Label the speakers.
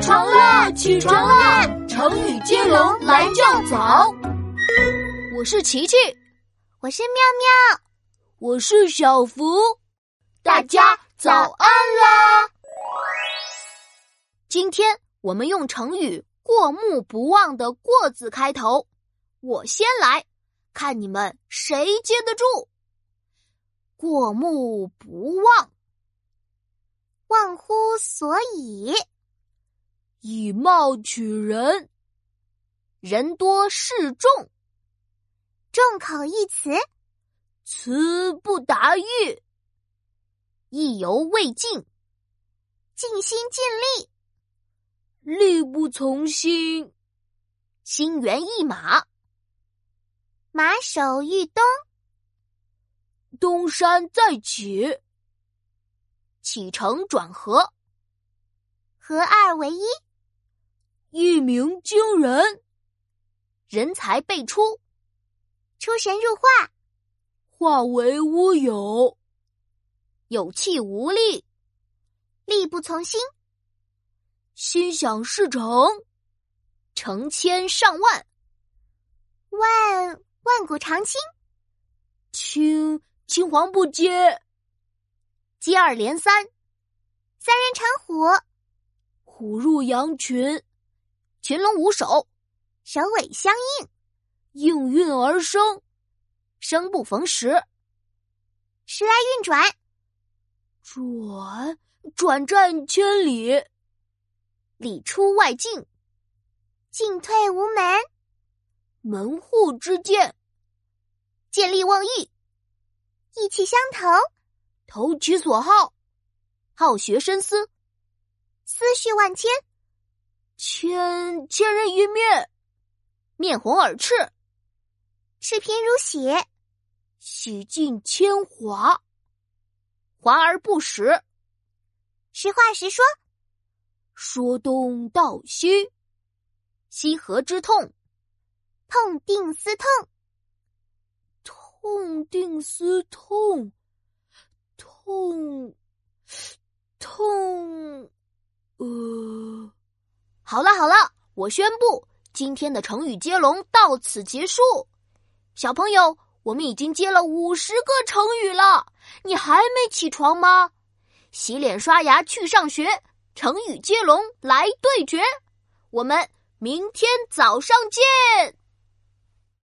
Speaker 1: 床啦，起床啦！成语接龙来叫早。我是琪琪，
Speaker 2: 我是妙妙，
Speaker 1: 我是小福，大家早安啦！今天我们用成语“过目不忘”的“过”字开头，我先来，看你们谁接得住。过目不忘，
Speaker 2: 忘乎所以。
Speaker 1: 以貌取人，人多势众，
Speaker 2: 众口一词，
Speaker 1: 词不达意，意犹未尽，
Speaker 2: 尽心尽力，
Speaker 1: 力不从心，心猿意马，
Speaker 2: 马首欲东，
Speaker 1: 东山再起，起承转合，
Speaker 2: 合二为一，
Speaker 1: 一鸣惊人，人才辈出，
Speaker 2: 出神入化，
Speaker 1: 化为乌有，有气无力，
Speaker 2: 力不从心，
Speaker 1: 心想事成，成千上万，
Speaker 2: 万万古长青，
Speaker 1: 青青黄不接，接二连三，
Speaker 2: 三人成虎，
Speaker 1: 虎入羊群，群龙无首，
Speaker 2: 首尾相应，
Speaker 1: 应运而生，生不逢时，
Speaker 2: 时来运转，
Speaker 1: 转转战千里，里出外进，
Speaker 2: 进退无门，
Speaker 1: 门户之见，
Speaker 2: 见利忘义，意气相投，
Speaker 1: 投其所好，好学深思，
Speaker 2: 思绪万千，
Speaker 1: 千千人一面，面红耳赤，
Speaker 2: 视频如血，
Speaker 1: 洗尽铅华，华而不实，
Speaker 2: 实话实说，
Speaker 1: 说东道西，西河之痛，
Speaker 2: 痛定思痛，
Speaker 1: 痛定思痛，痛痛，呃，好了好了，我宣布今天的成语接龙到此结束。小朋友，我们已经接了五十个成语了，你还没起床吗？洗脸刷牙去上学，成语接龙来对决，我们明天早上见。